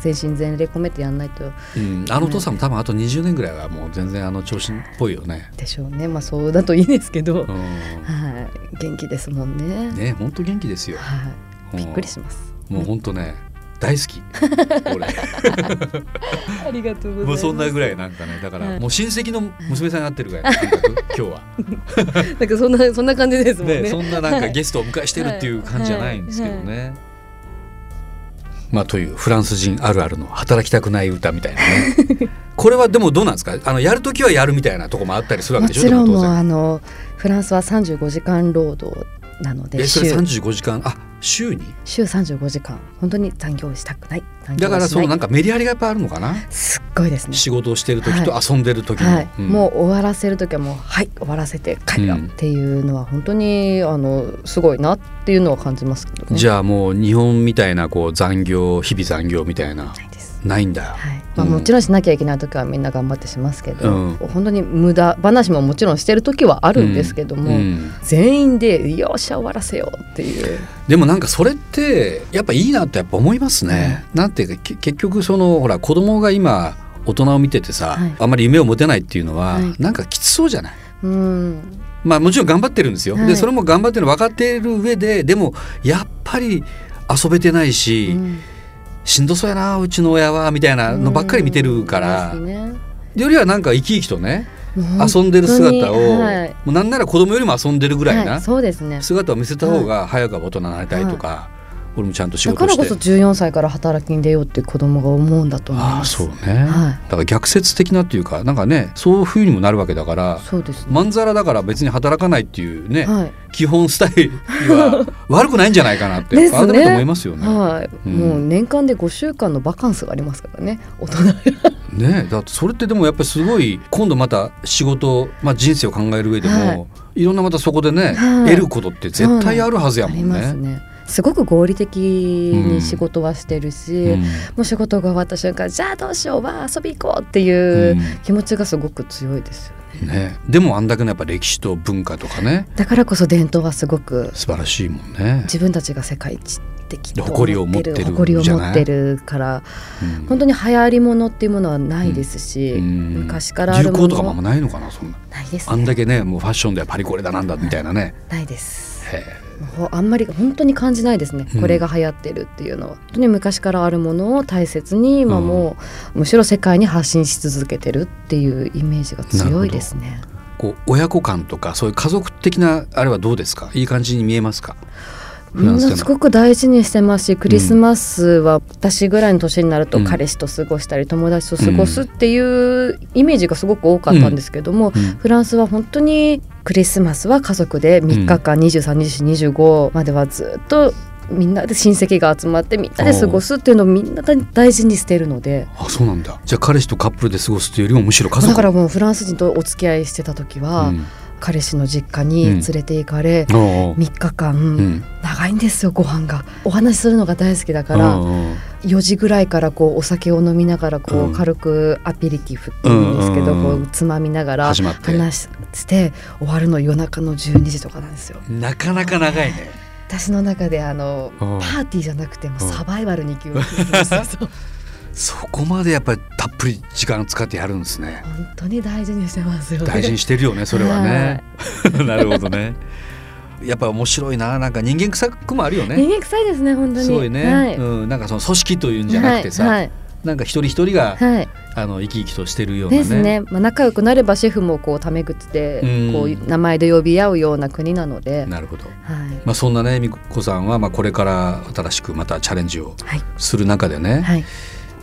Speaker 3: 全身全霊込めてやんないと
Speaker 2: うん、あのお父さんも多分あと20年ぐらいはもう全然あの調子っぽいよね、
Speaker 3: でしょうねまあそうだといいですけど、
Speaker 2: うん、
Speaker 3: はい元気ですもんね
Speaker 2: ね本当元気ですよ、
Speaker 3: はいびっくりします
Speaker 2: もう本当ね大好 き俺
Speaker 3: ありがとうございます
Speaker 2: もうそんなぐらいなんかねだから、
Speaker 3: はい
Speaker 2: もう親戚の娘さんになってるぐらいの感 覚今日は
Speaker 3: なんかそんなそんな感じですもんね。
Speaker 2: ね、そんななん
Speaker 3: は
Speaker 2: か
Speaker 3: い
Speaker 2: ゲストをお迎えしてるっていう感じじゃないんですけどね。まあ、というフランス人あるあるの働きたくない歌みたいなね これはでもどうなんですかあのやる時はやるみたいなとこもあったりするわ
Speaker 3: も
Speaker 2: けでしょ
Speaker 3: ちろん
Speaker 2: で
Speaker 3: も
Speaker 2: 当
Speaker 3: う
Speaker 2: 然
Speaker 3: あのフランスは35時間労働なので
Speaker 2: えそれ
Speaker 3: 週
Speaker 2: 35時間あ週に
Speaker 3: 週35時間本当に残業したくない残業
Speaker 2: だ
Speaker 3: は
Speaker 2: から
Speaker 3: し
Speaker 2: そ
Speaker 3: な
Speaker 2: の
Speaker 3: い
Speaker 2: なんかメリハリがやっぱあるのかな
Speaker 3: すっごいですね。
Speaker 2: 仕事をしてる時と遊んでる時の、
Speaker 3: はい、
Speaker 2: うん
Speaker 3: もう終わらせる時はもうはい終わらせて帰るよ
Speaker 2: うん
Speaker 3: っていうのは本当にあのすごいなっていうのは感じますけどね。
Speaker 2: じゃあもう日本みたいなこう残業日々残業みたいな
Speaker 3: ないです。
Speaker 2: ないんだ
Speaker 3: はいまあ、
Speaker 2: うん
Speaker 3: もちろんしなきゃいけない時はみんな頑張ってしますけど、
Speaker 2: うん
Speaker 3: 本当に無駄話ももちろんしてる時はあるんですけども、
Speaker 2: うん
Speaker 3: 全員でよっしゃ終わらせようっていう
Speaker 2: でもなんかそれってやっぱいいなってやっぱ思いますね。なんていうかけ結局そのほら子供が今大人を見ててさ、
Speaker 3: はい
Speaker 2: あんまり夢を持てないっていうのは、
Speaker 3: はい
Speaker 2: なんかきつそうじゃない
Speaker 3: うん
Speaker 2: まあもちろん頑張ってるんですよ。
Speaker 3: は
Speaker 2: で
Speaker 3: い
Speaker 2: それも頑張ってるの分かってる上ででもやっぱり遊べてないうし、
Speaker 3: ん
Speaker 2: しんどそうやなうちの親はみたいなのばっかり見てるから、
Speaker 3: うんですね
Speaker 2: よりはなんか生き生きとね
Speaker 3: もう
Speaker 2: 遊んでる姿を、
Speaker 3: 本当にはい
Speaker 2: もうなんなら子供よりも遊んでるぐらい
Speaker 3: は
Speaker 2: な
Speaker 3: そうですね
Speaker 2: 姿を見せた方が早くは大人になりたいとか、俺もちゃんと仕
Speaker 3: だか
Speaker 2: 事
Speaker 3: ら
Speaker 2: して
Speaker 3: こそ14歳から働きに出ようって子供が思うんだと思い
Speaker 2: あ
Speaker 3: ま
Speaker 2: あ
Speaker 3: す
Speaker 2: そうね、
Speaker 3: はい
Speaker 2: だから逆説的なっていうかなんかねそういうふうにもなるわけだから
Speaker 3: そうですね
Speaker 2: まんざらだから別に働かないっていうね、
Speaker 3: はい、
Speaker 2: 基本スタイル は悪くないんじゃないかなって
Speaker 3: ですね
Speaker 2: 改めて思いますよね。
Speaker 3: はい
Speaker 2: うん
Speaker 3: もう年間で5週間のバカンスがありますからね大人
Speaker 2: ねえだってそれってでもやっぱりすごい今度また仕事、まあ、人生を考える上でも、、
Speaker 3: はい
Speaker 2: ろんなまたそこでね、
Speaker 3: はい
Speaker 2: 得ることって絶対あるはずや
Speaker 3: あ
Speaker 2: も
Speaker 3: り
Speaker 2: ん
Speaker 3: ます
Speaker 2: ね。
Speaker 3: ねすごく合理的に仕事はしてるし、
Speaker 2: うん
Speaker 3: もう仕事が終わった瞬間じゃあどうしようわあ遊び行こうって
Speaker 2: う
Speaker 3: いうん気持ちがすごく強いですよね
Speaker 2: ねえでもあんだけのやっぱ歴史と文化とかね
Speaker 3: だからこそ伝統はすごく
Speaker 2: 素晴らしいもんね。
Speaker 3: 自分たちが世界一的と
Speaker 2: 誇りを持ってる
Speaker 3: 誇りを
Speaker 2: じゃ
Speaker 3: 持
Speaker 2: ない
Speaker 3: ってるから
Speaker 2: うん
Speaker 3: 本当に流行りものっていうものはないですし、
Speaker 2: うん
Speaker 3: 昔からあるも
Speaker 2: 流行と
Speaker 3: の
Speaker 2: かもあんまないのかなそんな
Speaker 3: ないです
Speaker 2: あん
Speaker 3: ね
Speaker 2: だけねもうファッションではパリコレだなんだみたいなね、
Speaker 3: ないです
Speaker 2: へ
Speaker 3: ほあんまり本当に感じないですね、
Speaker 2: うん
Speaker 3: これが流行ってるっていうのは本当に昔からあるものを大切に今
Speaker 2: うん
Speaker 3: もう、むしろ世界に発信し続けてるっていうイメージが強いですね
Speaker 2: えこう親子感とかそういう家族的なあれはどうですかいい感じに見えますか
Speaker 3: み
Speaker 2: フラ
Speaker 3: ん
Speaker 2: ンス
Speaker 3: な
Speaker 2: ですも
Speaker 3: ごく大事にしてますしクリスマスは私ぐらいの年になる
Speaker 2: う
Speaker 3: と
Speaker 2: ん
Speaker 3: 彼氏と過ごしたり友達と過ごすっていうイメージがすごく多かったんですけども、
Speaker 2: うん
Speaker 3: フランスは本当にクリスマスは家族で3日間232425まではずっとみんなで親戚が集まってみんなで過ごすっていうのをみんな大事にしてるので
Speaker 2: あそうなんだじゃあ彼氏とカップルで過ごすというよりもむしろ家族
Speaker 3: だからもうフランス人とお付き合いしてた時は、
Speaker 2: うん
Speaker 3: 彼氏の実家に連れて行かれ、
Speaker 2: おうおう
Speaker 3: 3日間、
Speaker 2: うん
Speaker 3: 長いんですよご飯がお話しするのが大好きだから。
Speaker 2: おうおう
Speaker 3: 4時ぐらいからこうお酒を飲みながらこ
Speaker 2: うん
Speaker 3: う軽くアピリティフっていうんですけど
Speaker 2: うんうん
Speaker 3: こ
Speaker 2: うん
Speaker 3: うつまみながら
Speaker 2: 始まって
Speaker 3: 話して終わるの夜中の12時とかなんですよ
Speaker 2: なかなか長いね
Speaker 3: 私の中であの
Speaker 2: う
Speaker 3: パ
Speaker 2: ん
Speaker 3: ーティーじゃなくてもう
Speaker 2: うん
Speaker 3: サバイバルに行くような気がする そう
Speaker 2: そこまでやっぱりたっぷり時間を使ってやるんですね
Speaker 3: 本当に大事にしてますよね
Speaker 2: 大事にしてるよねそれはね なるほどねやっぱ面白いななんか人間臭くもあるよね
Speaker 3: 人間臭いですね本当に
Speaker 2: すごいね、
Speaker 3: はい
Speaker 2: うん、なんかその組織というんじゃなくてさ、
Speaker 3: はいはい
Speaker 2: なんか一人一人が、
Speaker 3: はい、
Speaker 2: あの生き生きとしてるようなね
Speaker 3: ですね、まあ、仲良くなればシェフもこうタメ口
Speaker 2: う
Speaker 3: で
Speaker 2: ん
Speaker 3: こう名前で呼び合うような国なので、
Speaker 2: なるほど、
Speaker 3: はい
Speaker 2: まあ、そんなね美子さんは、まあ、これから新しくまたチャレンジを
Speaker 3: はい
Speaker 2: する中でね、
Speaker 3: はい、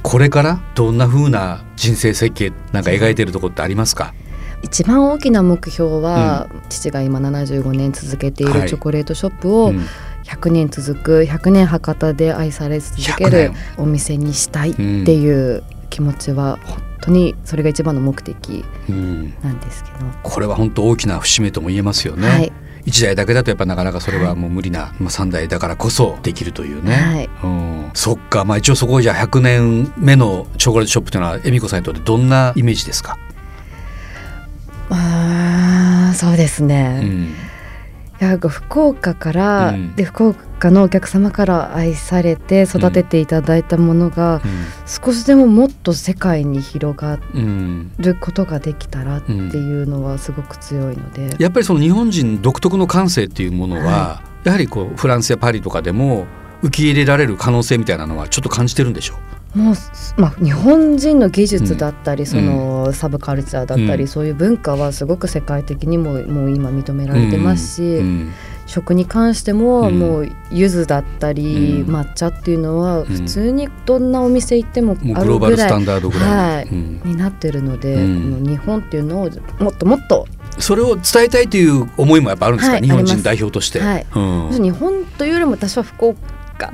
Speaker 2: これからどんな風な人生設計なんか描いてるとこってありますか、
Speaker 3: 一番大きな目標は、父が今75年続けてい
Speaker 2: はい
Speaker 3: るチョコレートショップを、
Speaker 2: うん
Speaker 3: 100年続く100年博多で愛され続け
Speaker 2: 100
Speaker 3: る
Speaker 2: 年
Speaker 3: お店にしたいっていう気持ちは本当にそれが一番の目的
Speaker 2: うん
Speaker 3: なんですけど、
Speaker 2: これは本当大きな節目とも言えますよね、
Speaker 3: はい
Speaker 2: 一台だけだとやっぱなかなかそれはもう無理な、まあ、3台だからこそできるというね、
Speaker 3: はい
Speaker 2: うん、そっか、まあ、一応そこじゃあ100年目のチョコレートショップというのは恵美子さんにとってどんなイメージですか、
Speaker 3: あーそうです
Speaker 2: う
Speaker 3: ね、
Speaker 2: ん
Speaker 3: いやなんか福岡から、
Speaker 2: うん
Speaker 3: で福岡のお客様から愛されて育てていただいたものが、少しでももっと世界に広が
Speaker 2: うんうん、
Speaker 3: ることができたらっていうのはすごく強いので、
Speaker 2: やっぱりその日本人独特の感性っていうものは、
Speaker 3: は
Speaker 2: やはりこうフランスやパリとかでも受け入れられる可能性みたいなのはちょっと感じてるんでしょ
Speaker 3: もう、すまあ、日本人の技術だったり、
Speaker 2: ん
Speaker 3: そのサブカルチャーだったり、
Speaker 2: うん
Speaker 3: そういう文化はすごく世界的にももう今認め
Speaker 2: う。
Speaker 3: られてますし、
Speaker 2: うん
Speaker 3: 食に関して
Speaker 2: う
Speaker 3: も、
Speaker 2: ん
Speaker 3: もう柚子だったり、
Speaker 2: うん
Speaker 3: 抹茶っていうのは
Speaker 2: ん
Speaker 3: 普通にどんなお店行っても
Speaker 2: うんも
Speaker 3: あ
Speaker 2: うグロ
Speaker 3: る
Speaker 2: ーバ
Speaker 3: ぐ
Speaker 2: ルス
Speaker 3: ら
Speaker 2: タ
Speaker 3: い
Speaker 2: ンダードぐらいの、
Speaker 3: はい
Speaker 2: うん
Speaker 3: になってるので、
Speaker 2: うん
Speaker 3: この日本っていうのをもっともっと
Speaker 2: それを伝えたいという思いもやっぱあるんですか、
Speaker 3: はい
Speaker 2: 日本
Speaker 3: あり
Speaker 2: 人
Speaker 3: ます
Speaker 2: 代表として、
Speaker 3: はい
Speaker 2: うん
Speaker 3: 日本というよりも私は福岡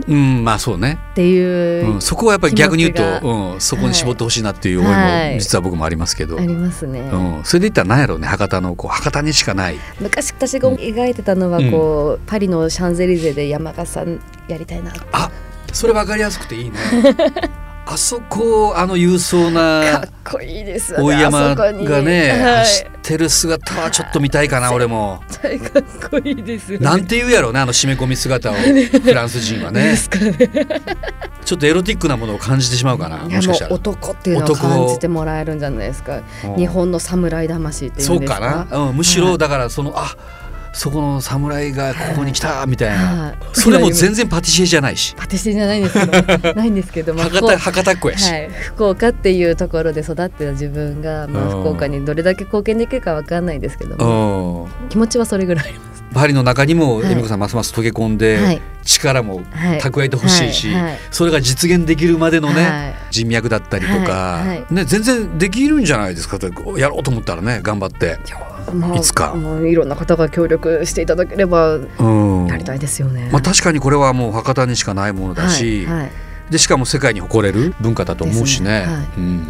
Speaker 2: うん、まあそうね、
Speaker 3: っていう、
Speaker 2: うん、そこはやっぱり逆に言う
Speaker 3: 気持ち
Speaker 2: と、うん、そこに絞ってほしいなっていう思い
Speaker 3: は
Speaker 2: も
Speaker 3: い
Speaker 2: 実は僕もありますけど、
Speaker 3: ありますね。
Speaker 2: うん、それで言ったら何やろうね博多のこう博多にしかない、
Speaker 3: 昔私が描いてたのはこう、パリのシャンゼリゼで山笠やりたいな
Speaker 2: あそれ分かりやすくていい ねあそこあの勇壮
Speaker 3: か
Speaker 2: な
Speaker 3: っこいいですよね
Speaker 2: 大山
Speaker 3: あそこに
Speaker 2: がね、
Speaker 3: はい
Speaker 2: 走ってる姿はちょっと見たい かな俺も。
Speaker 3: 絶対かっこいいですよね
Speaker 2: なんて言うやろうねあの締め込み 姿をフランス人はね
Speaker 3: ですかね
Speaker 2: ちょっとエロティックなものを感じてしまうかない
Speaker 3: や
Speaker 2: もしか
Speaker 3: も
Speaker 2: した
Speaker 3: う
Speaker 2: ら
Speaker 3: 男っていうのを
Speaker 2: 男を
Speaker 3: 感じてもらえるんじゃないですか
Speaker 2: うん
Speaker 3: 日本の侍魂ってい
Speaker 2: そ
Speaker 3: うん
Speaker 2: う
Speaker 3: です
Speaker 2: か
Speaker 3: か
Speaker 2: な、うん、むしろだからその、あそこの侍がここに来たみたいな、
Speaker 3: はい
Speaker 2: それも全然パティシエじゃないし
Speaker 3: パティシエじゃないんですけどないんですけどまあ
Speaker 2: 博
Speaker 3: こう
Speaker 2: 多博多っ子やし、
Speaker 3: はい、福岡っていうところで育ってた自分が、まあ、
Speaker 2: うん
Speaker 3: 福岡にどれだけ貢献できるかわかんないですけども
Speaker 2: う
Speaker 3: 気持ちはそれぐらいあります
Speaker 2: ん、パリの中にも
Speaker 3: はい
Speaker 2: 恵美子さんますます溶け込んで、
Speaker 3: はい
Speaker 2: 力も
Speaker 3: はい
Speaker 2: 蓄えてほしいし、
Speaker 3: はいはい
Speaker 2: それが実現できるまでのね、
Speaker 3: はい
Speaker 2: 人脈だったりとか、
Speaker 3: はいは
Speaker 2: ね、全然できるんじゃないですかとやろうと思ったらね頑張って。
Speaker 3: もう
Speaker 2: いつか
Speaker 3: もういろんな方が協力していただければ
Speaker 2: うん
Speaker 3: やりたいですよね。
Speaker 2: まあ、確かにこれはもう博多にしかないものだし、
Speaker 3: はいはい
Speaker 2: でしかも世界に誇れる文化だと思うしね。
Speaker 3: ですねはい
Speaker 2: うん、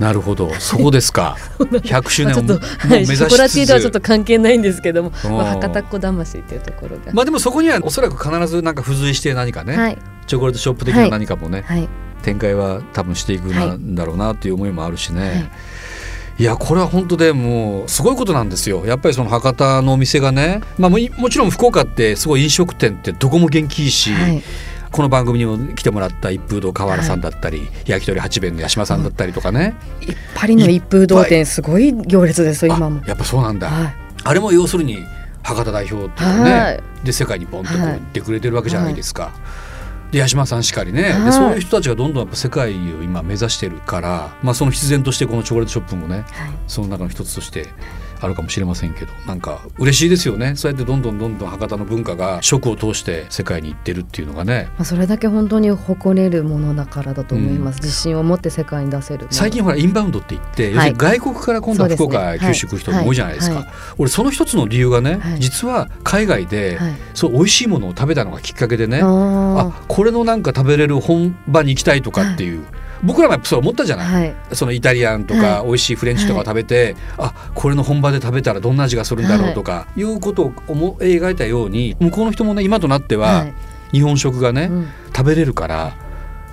Speaker 2: なるほど、そこです か。100周
Speaker 3: まあ、
Speaker 2: 年
Speaker 3: ち
Speaker 2: をも
Speaker 3: ょっと、
Speaker 2: う
Speaker 3: は
Speaker 2: 目
Speaker 3: い、
Speaker 2: 指
Speaker 3: シ
Speaker 2: し
Speaker 3: ョコラテ
Speaker 2: つ
Speaker 3: ィーとはちょっ
Speaker 2: つ
Speaker 3: と。関係ないんですけども、
Speaker 2: うん
Speaker 3: まあ、博多っ子魂っていうところが、
Speaker 2: まあでもそこにはおそらく必ずなんか付随して何かね、
Speaker 3: はい
Speaker 2: チョコレートショップ的
Speaker 3: は
Speaker 2: ない何かもね、
Speaker 3: はい
Speaker 2: 展開は多分していく
Speaker 3: は
Speaker 2: ないんだろうなっていう思いもあるしね。
Speaker 3: はい
Speaker 2: いやこれは本当でもうすごいことなんですよやっぱりその博多のお店がね、まあ、もういもちろん福岡ってすごい飲食店ってどこも元気いいし、
Speaker 3: はい
Speaker 2: この番組にも来てもらった一風堂河原さんだったり、焼き鳥八兵衛の八島さんだったりとかね、
Speaker 3: パリの一風堂店すごい行列ですよ今も
Speaker 2: あ。やっぱそうなんだ、
Speaker 3: はい
Speaker 2: あれも要するに博多代表っていうね、
Speaker 3: はい
Speaker 2: で世界にポンとこう
Speaker 3: はい
Speaker 2: 行ってくれてるわけじゃないですか。で八島さんしかりね、
Speaker 3: は
Speaker 2: で
Speaker 3: い
Speaker 2: そういう人たちがどんどんやっぱ世界を今目指してるから、まあ、その必然としてこのチョコレートショップもね
Speaker 3: はい
Speaker 2: その中の一つとしてあるかもしれませんけどなんか嬉しいですよねそうやってどんどんどんどん博多の文化が食を通して世界に行ってるっていうのがね
Speaker 3: まあ、それだけ本当に誇れるものだからだと思います、自信を持って世界に出せるもの
Speaker 2: 最近ほらインバウンドって言って、要
Speaker 3: は
Speaker 2: す
Speaker 3: い
Speaker 2: るに外国から今度は福岡、
Speaker 3: そうです
Speaker 2: 九
Speaker 3: ね
Speaker 2: 州来る人も多いじゃないですか、
Speaker 3: はいは
Speaker 2: 俺その一つの理由がね、
Speaker 3: はい
Speaker 2: 実は海外で、
Speaker 3: はい
Speaker 2: そう美味しいものを食べたのがきっかけでね、
Speaker 3: あ
Speaker 2: あこれのなんか食べれる本場に行きたいとかっていう、僕らもやっぱそう思ったじゃ
Speaker 3: あ
Speaker 2: ない、
Speaker 3: はい
Speaker 2: そのイタリアンとか、
Speaker 3: は
Speaker 2: 美味しいフレンチとかを食べて、あこれの本場で食べたらどんな味がするんだろうとか、い、うことを思い描いたように向こうの人もね今となっては、
Speaker 3: い
Speaker 2: 日本食がね、
Speaker 3: うん
Speaker 2: 食べれるから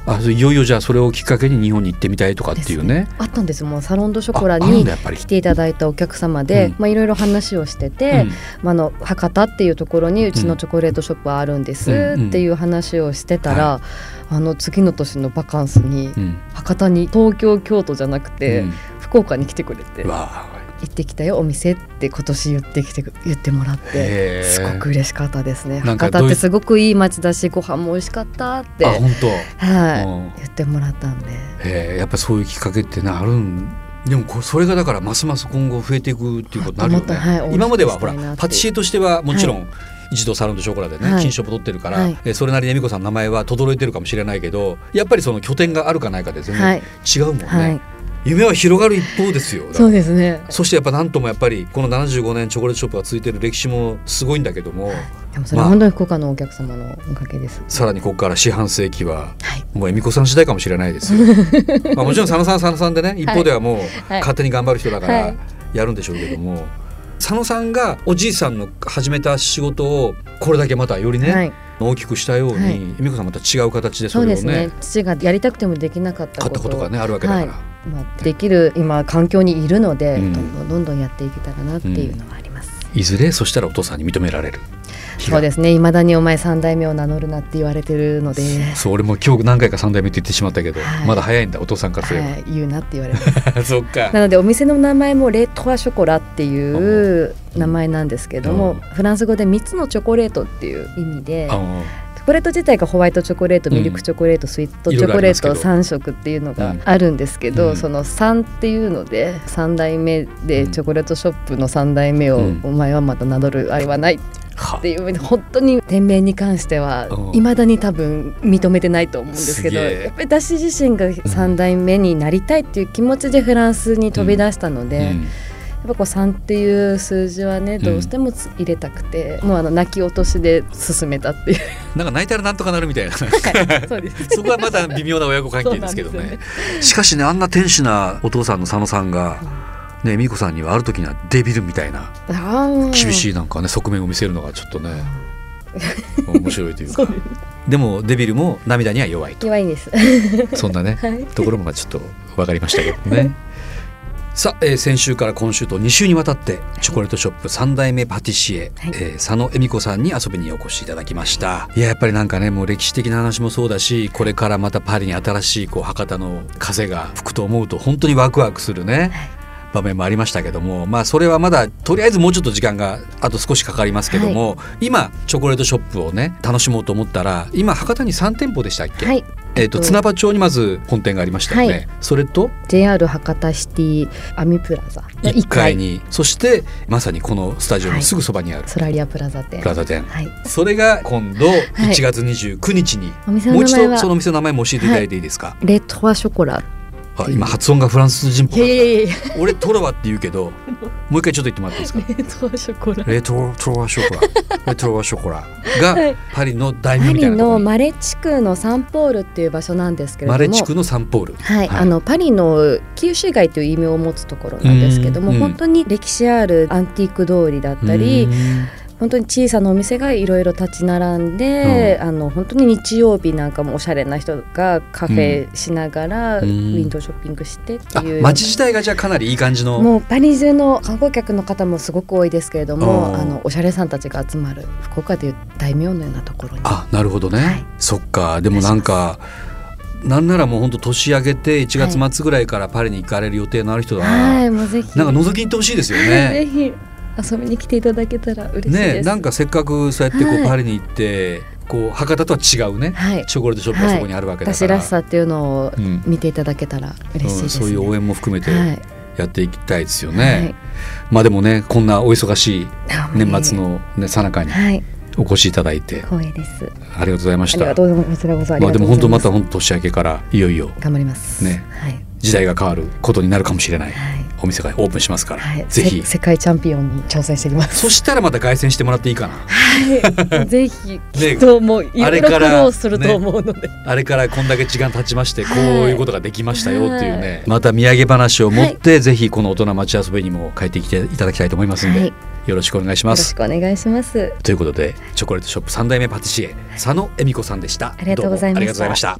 Speaker 2: あいよいよじゃあそれをきっかけに日本に行ってみたいとかっていうね。
Speaker 3: あったんですもうサロンドショコ
Speaker 2: あ
Speaker 3: ラ
Speaker 2: あるん
Speaker 3: に
Speaker 2: だやっぱり
Speaker 3: 来ていただいたお客様で、
Speaker 2: うん
Speaker 3: まあいろいろ話をしてて、
Speaker 2: うん
Speaker 3: まあ、あの博多っていうところにうちのチョコレートショップはあるんです
Speaker 2: うん
Speaker 3: っていう話をしてたら、あの次の年のバカンスに
Speaker 2: うん
Speaker 3: 博多に東京京都じゃなくて、
Speaker 2: うん
Speaker 3: 福岡に来てくれて
Speaker 2: わあ
Speaker 3: 行ってきたよお店って今年言ってきて言ってもらっ
Speaker 2: へえ
Speaker 3: てすごく嬉しかったですね
Speaker 2: なんか
Speaker 3: 博多ってすごくいい街だしご飯も美味しかったって
Speaker 2: あ
Speaker 3: はい、
Speaker 2: 本当。うん
Speaker 3: 言ってもらったんで
Speaker 2: えーやっぱそういうきっかけってなあるんでもこそれがだからますます今後増えていくっていうことになるよ
Speaker 3: もっともっと
Speaker 2: ね、
Speaker 3: はい
Speaker 2: 今まではほら
Speaker 3: 大きくしたいなっていう
Speaker 2: パティシエとしてはもちろん、一度サロンドショコラでね、
Speaker 3: はい
Speaker 2: 金賞も取ってるから、
Speaker 3: はい
Speaker 2: えーそれなりに恵美子さんの名前は轟いてるかもしれないけどやっぱりその拠点があるかないかで全
Speaker 3: は
Speaker 2: 然
Speaker 3: い
Speaker 2: 違うもんね、
Speaker 3: はい
Speaker 2: 夢は広がる一方ですよだから
Speaker 3: そうですね
Speaker 2: そしてやっぱなんともやっぱりこの75年チョコレートショップが続いてる歴史もすごいんだけども、
Speaker 3: でもそれは本当に福岡のお客様のおかげです、
Speaker 2: さらにここから四半世紀は
Speaker 3: はい
Speaker 2: もう恵美子さん次第かもしれないですよ。 まあもちろん佐野さん佐野さんでね一方ではもう
Speaker 3: はい
Speaker 2: 勝手に頑張る人だか
Speaker 3: は
Speaker 2: ら
Speaker 3: い
Speaker 2: やるんでしょうけども、佐野さんがおじいさんの始めた仕事をこれだけまたよりね、
Speaker 3: はい
Speaker 2: 大きくしたように、
Speaker 3: はい
Speaker 2: 恵美子さんまた違う形でそ
Speaker 3: そ
Speaker 2: うれ
Speaker 3: で
Speaker 2: を
Speaker 3: す
Speaker 2: ね
Speaker 3: ね父がやりたくてもできなかった
Speaker 2: 買っ
Speaker 3: こ
Speaker 2: た
Speaker 3: と
Speaker 2: ことがねあるわけだから。
Speaker 3: はいまあ、できる今環境にいるので、
Speaker 2: うん
Speaker 3: どんどんどんどんやっていけたらなっていうのはあります、
Speaker 2: い、ずれそしたらお父さんに認められる。
Speaker 3: そうですね未だにお前三代目を名乗るなって言われてるので、
Speaker 2: そう俺も今日何回か3代目って言ってしまったけど、
Speaker 3: はい
Speaker 2: まだ早いんだお父さんからすれば。
Speaker 3: はい、言うなって言われます
Speaker 2: そっか
Speaker 3: なのでお店の名前もレトワショコラっていう名前なんですけども、
Speaker 2: うん
Speaker 3: フランス語で3つのチョコレートっていう意味で、
Speaker 2: あ
Speaker 3: チョコレート自体がホワイトチョコレート
Speaker 2: うん
Speaker 3: ミルクチョコレート、スイートチョ
Speaker 2: いろい
Speaker 3: コレー
Speaker 2: ろありま
Speaker 3: ト
Speaker 2: すけど
Speaker 3: 3色っていうの
Speaker 2: う
Speaker 3: が
Speaker 2: ん
Speaker 3: あるんですけど、
Speaker 2: うん
Speaker 3: その3っていうので3代目
Speaker 2: う
Speaker 3: で
Speaker 2: ん
Speaker 3: チョコレートショップの3代目を、
Speaker 2: うん
Speaker 3: お前はまた名乗るあれはないっ
Speaker 2: は
Speaker 3: ていう本当に店名に関しては
Speaker 2: うん
Speaker 3: いまだに多分認めてないと思うんですけど
Speaker 2: すげえ
Speaker 3: やっぱり私自身が3代目になりたいっていう気持ちでフランスに飛び出したので。
Speaker 2: うん
Speaker 3: やっぱこう3っていう数字はねどうしてもつ入れたくて、もうあの泣き落としで進めたっ ていう、
Speaker 2: なんか泣いたらなんとかなるみたい な
Speaker 3: そうです
Speaker 2: そこはまだ微妙な親子関係ですけど
Speaker 3: そうなん
Speaker 2: ね
Speaker 3: で
Speaker 2: しかしねあんな天使なお父さんの佐野さんが、ね、美子さんにはある時にはデビルみたいな厳
Speaker 3: 厳
Speaker 2: しいなんかね側面を見せるのがちょっとね面白いと いうかでもデビルも涙 には弱いと
Speaker 3: 弱いんです。
Speaker 2: そんなね
Speaker 3: はい。
Speaker 2: ところもちょっと分かりましたけど ね。さあ、えー先週から今週と2週にわたってチョコレートショップ3代目パティシエ、
Speaker 3: はい
Speaker 2: えー佐野恵美子さんに遊びにお越しいただきましたいややっぱりなんかねもう歴史的な話もそうだしこれからまたパリに新しいこう博多の風が吹くと思うと本当にワクワクするね、場面もありましたけどもまあそれはまだとりあえずもうちょっと時間があと少しかかりますけども、今チョコレートショップをね楽しもうと思ったら今博多に3店舗でしたっけ、
Speaker 3: はい。
Speaker 2: えー、と
Speaker 3: うん
Speaker 2: 綱場町にまず本店がありましたよね、
Speaker 3: はい
Speaker 2: それと
Speaker 3: JR 博多シティアミプラザの
Speaker 2: 1階にそしてまさにこのスタジオのすぐそばにある
Speaker 3: ソラリアプラザ店。
Speaker 2: プラザ店、
Speaker 3: はい。
Speaker 2: それが今度1月29日に、
Speaker 3: お店
Speaker 2: もう
Speaker 3: の名
Speaker 2: 一
Speaker 3: 前
Speaker 2: 度そのお
Speaker 3: は
Speaker 2: 店の名前も教えていただいていいですか、
Speaker 3: レトワショコラ。
Speaker 2: あ今発音がフランス人っぽ
Speaker 3: い
Speaker 2: か
Speaker 3: や
Speaker 2: っ
Speaker 3: いやいやいや。
Speaker 2: た俺トロワって言うけ どもう一回ちょっと言ってもらっていいですか
Speaker 3: レトワショコラ。
Speaker 2: レトロトロワショコラ レトロワショコラが
Speaker 3: はい
Speaker 2: パリの大名
Speaker 3: パ
Speaker 2: みた
Speaker 3: リ
Speaker 2: いなところ
Speaker 3: の
Speaker 2: に
Speaker 3: マレ地区のサンポールっていう場所なんですけれど
Speaker 2: マ
Speaker 3: も。
Speaker 2: レ地区のサンポール
Speaker 3: はい、
Speaker 2: はい
Speaker 3: あのパリの旧市街という異名を持つところなんですけども、
Speaker 2: うんうん
Speaker 3: 本当に歴史あるアンティーク通りだったり、
Speaker 2: うん
Speaker 3: 本当に小さなお店がいろいろ立ち並んで、あの本当に日曜日なんかもおしゃれな人がカフェしながら、
Speaker 2: うん
Speaker 3: ウィンドウショッピングしてって
Speaker 2: あ
Speaker 3: いう。
Speaker 2: 街自体がじゃあかなりいい感じの
Speaker 3: もうパリ中の観光客の方もすごく多いですけれど
Speaker 2: あ
Speaker 3: も
Speaker 2: ー
Speaker 3: あのおしゃれさんたちが集まる福岡でいう大名のようなところに
Speaker 2: あなるほどね、
Speaker 3: はい
Speaker 2: そっかでもなんかなんならもうほんと年明けて1月末ぐらいからパリに行かれる予定のある人だな、
Speaker 3: はいもうぜひ
Speaker 2: なんか覗きに行ってほしい ですよ
Speaker 3: ぜ
Speaker 2: ね。
Speaker 3: ひ遊びに来ていただけたら嬉しいです。
Speaker 2: ねなんかせっかくそうやってこう、
Speaker 3: はい
Speaker 2: パリに行ってこう博多とは違うね、
Speaker 3: はい
Speaker 2: チョコレートショップがそこにあるわけだか
Speaker 3: 私
Speaker 2: ら、
Speaker 3: らしさっていうのを
Speaker 2: うん
Speaker 3: 見ていただけたら嬉しいです、
Speaker 2: う
Speaker 3: ね
Speaker 2: んそういう応援も含めて
Speaker 3: はい
Speaker 2: やっていきたいですよね。まあでもねこんなお忙しい
Speaker 3: はい
Speaker 2: 年末のねさなかに
Speaker 3: はい
Speaker 2: お越しいただいて
Speaker 3: 光栄です。
Speaker 2: ありがとうございまし
Speaker 3: あり
Speaker 2: た。
Speaker 3: がとうございます。こちらこそあり
Speaker 2: まあで
Speaker 3: がとう
Speaker 2: も
Speaker 3: ござ
Speaker 2: 本
Speaker 3: い
Speaker 2: 当
Speaker 3: ま。
Speaker 2: ますた本当年明けからいよいよ
Speaker 3: 頑張ります。
Speaker 2: ね
Speaker 3: はい。
Speaker 2: 時代が変わることになるかもしれない
Speaker 3: はい。
Speaker 2: お店がオープンしますから、
Speaker 3: はい。
Speaker 2: ぜひ
Speaker 3: せ世界チャンピオンに挑戦してきます。
Speaker 2: そしたらまた凱旋してもらっていいかな
Speaker 3: ぜひき
Speaker 2: ね
Speaker 3: っともうい
Speaker 2: あ
Speaker 3: ろ
Speaker 2: れ
Speaker 3: いろ
Speaker 2: か
Speaker 3: 苦
Speaker 2: ら
Speaker 3: 労すると思うので、
Speaker 2: あれからこんだけ時間経ちましてこういうことができましたよっていうね、
Speaker 3: は
Speaker 2: また土産話を持って、ぜひこの大人町遊びにも帰ってきていただきたいと思いますんで、
Speaker 3: はい
Speaker 2: よろしくお願いし
Speaker 3: よ
Speaker 2: ま
Speaker 3: ろ
Speaker 2: す
Speaker 3: しくお願いします。
Speaker 2: ということでチョコレートショップ3代目パティシエ佐野恵美子さんでした
Speaker 3: ありがとうござい
Speaker 2: どもあ
Speaker 3: ました
Speaker 2: りがとうございました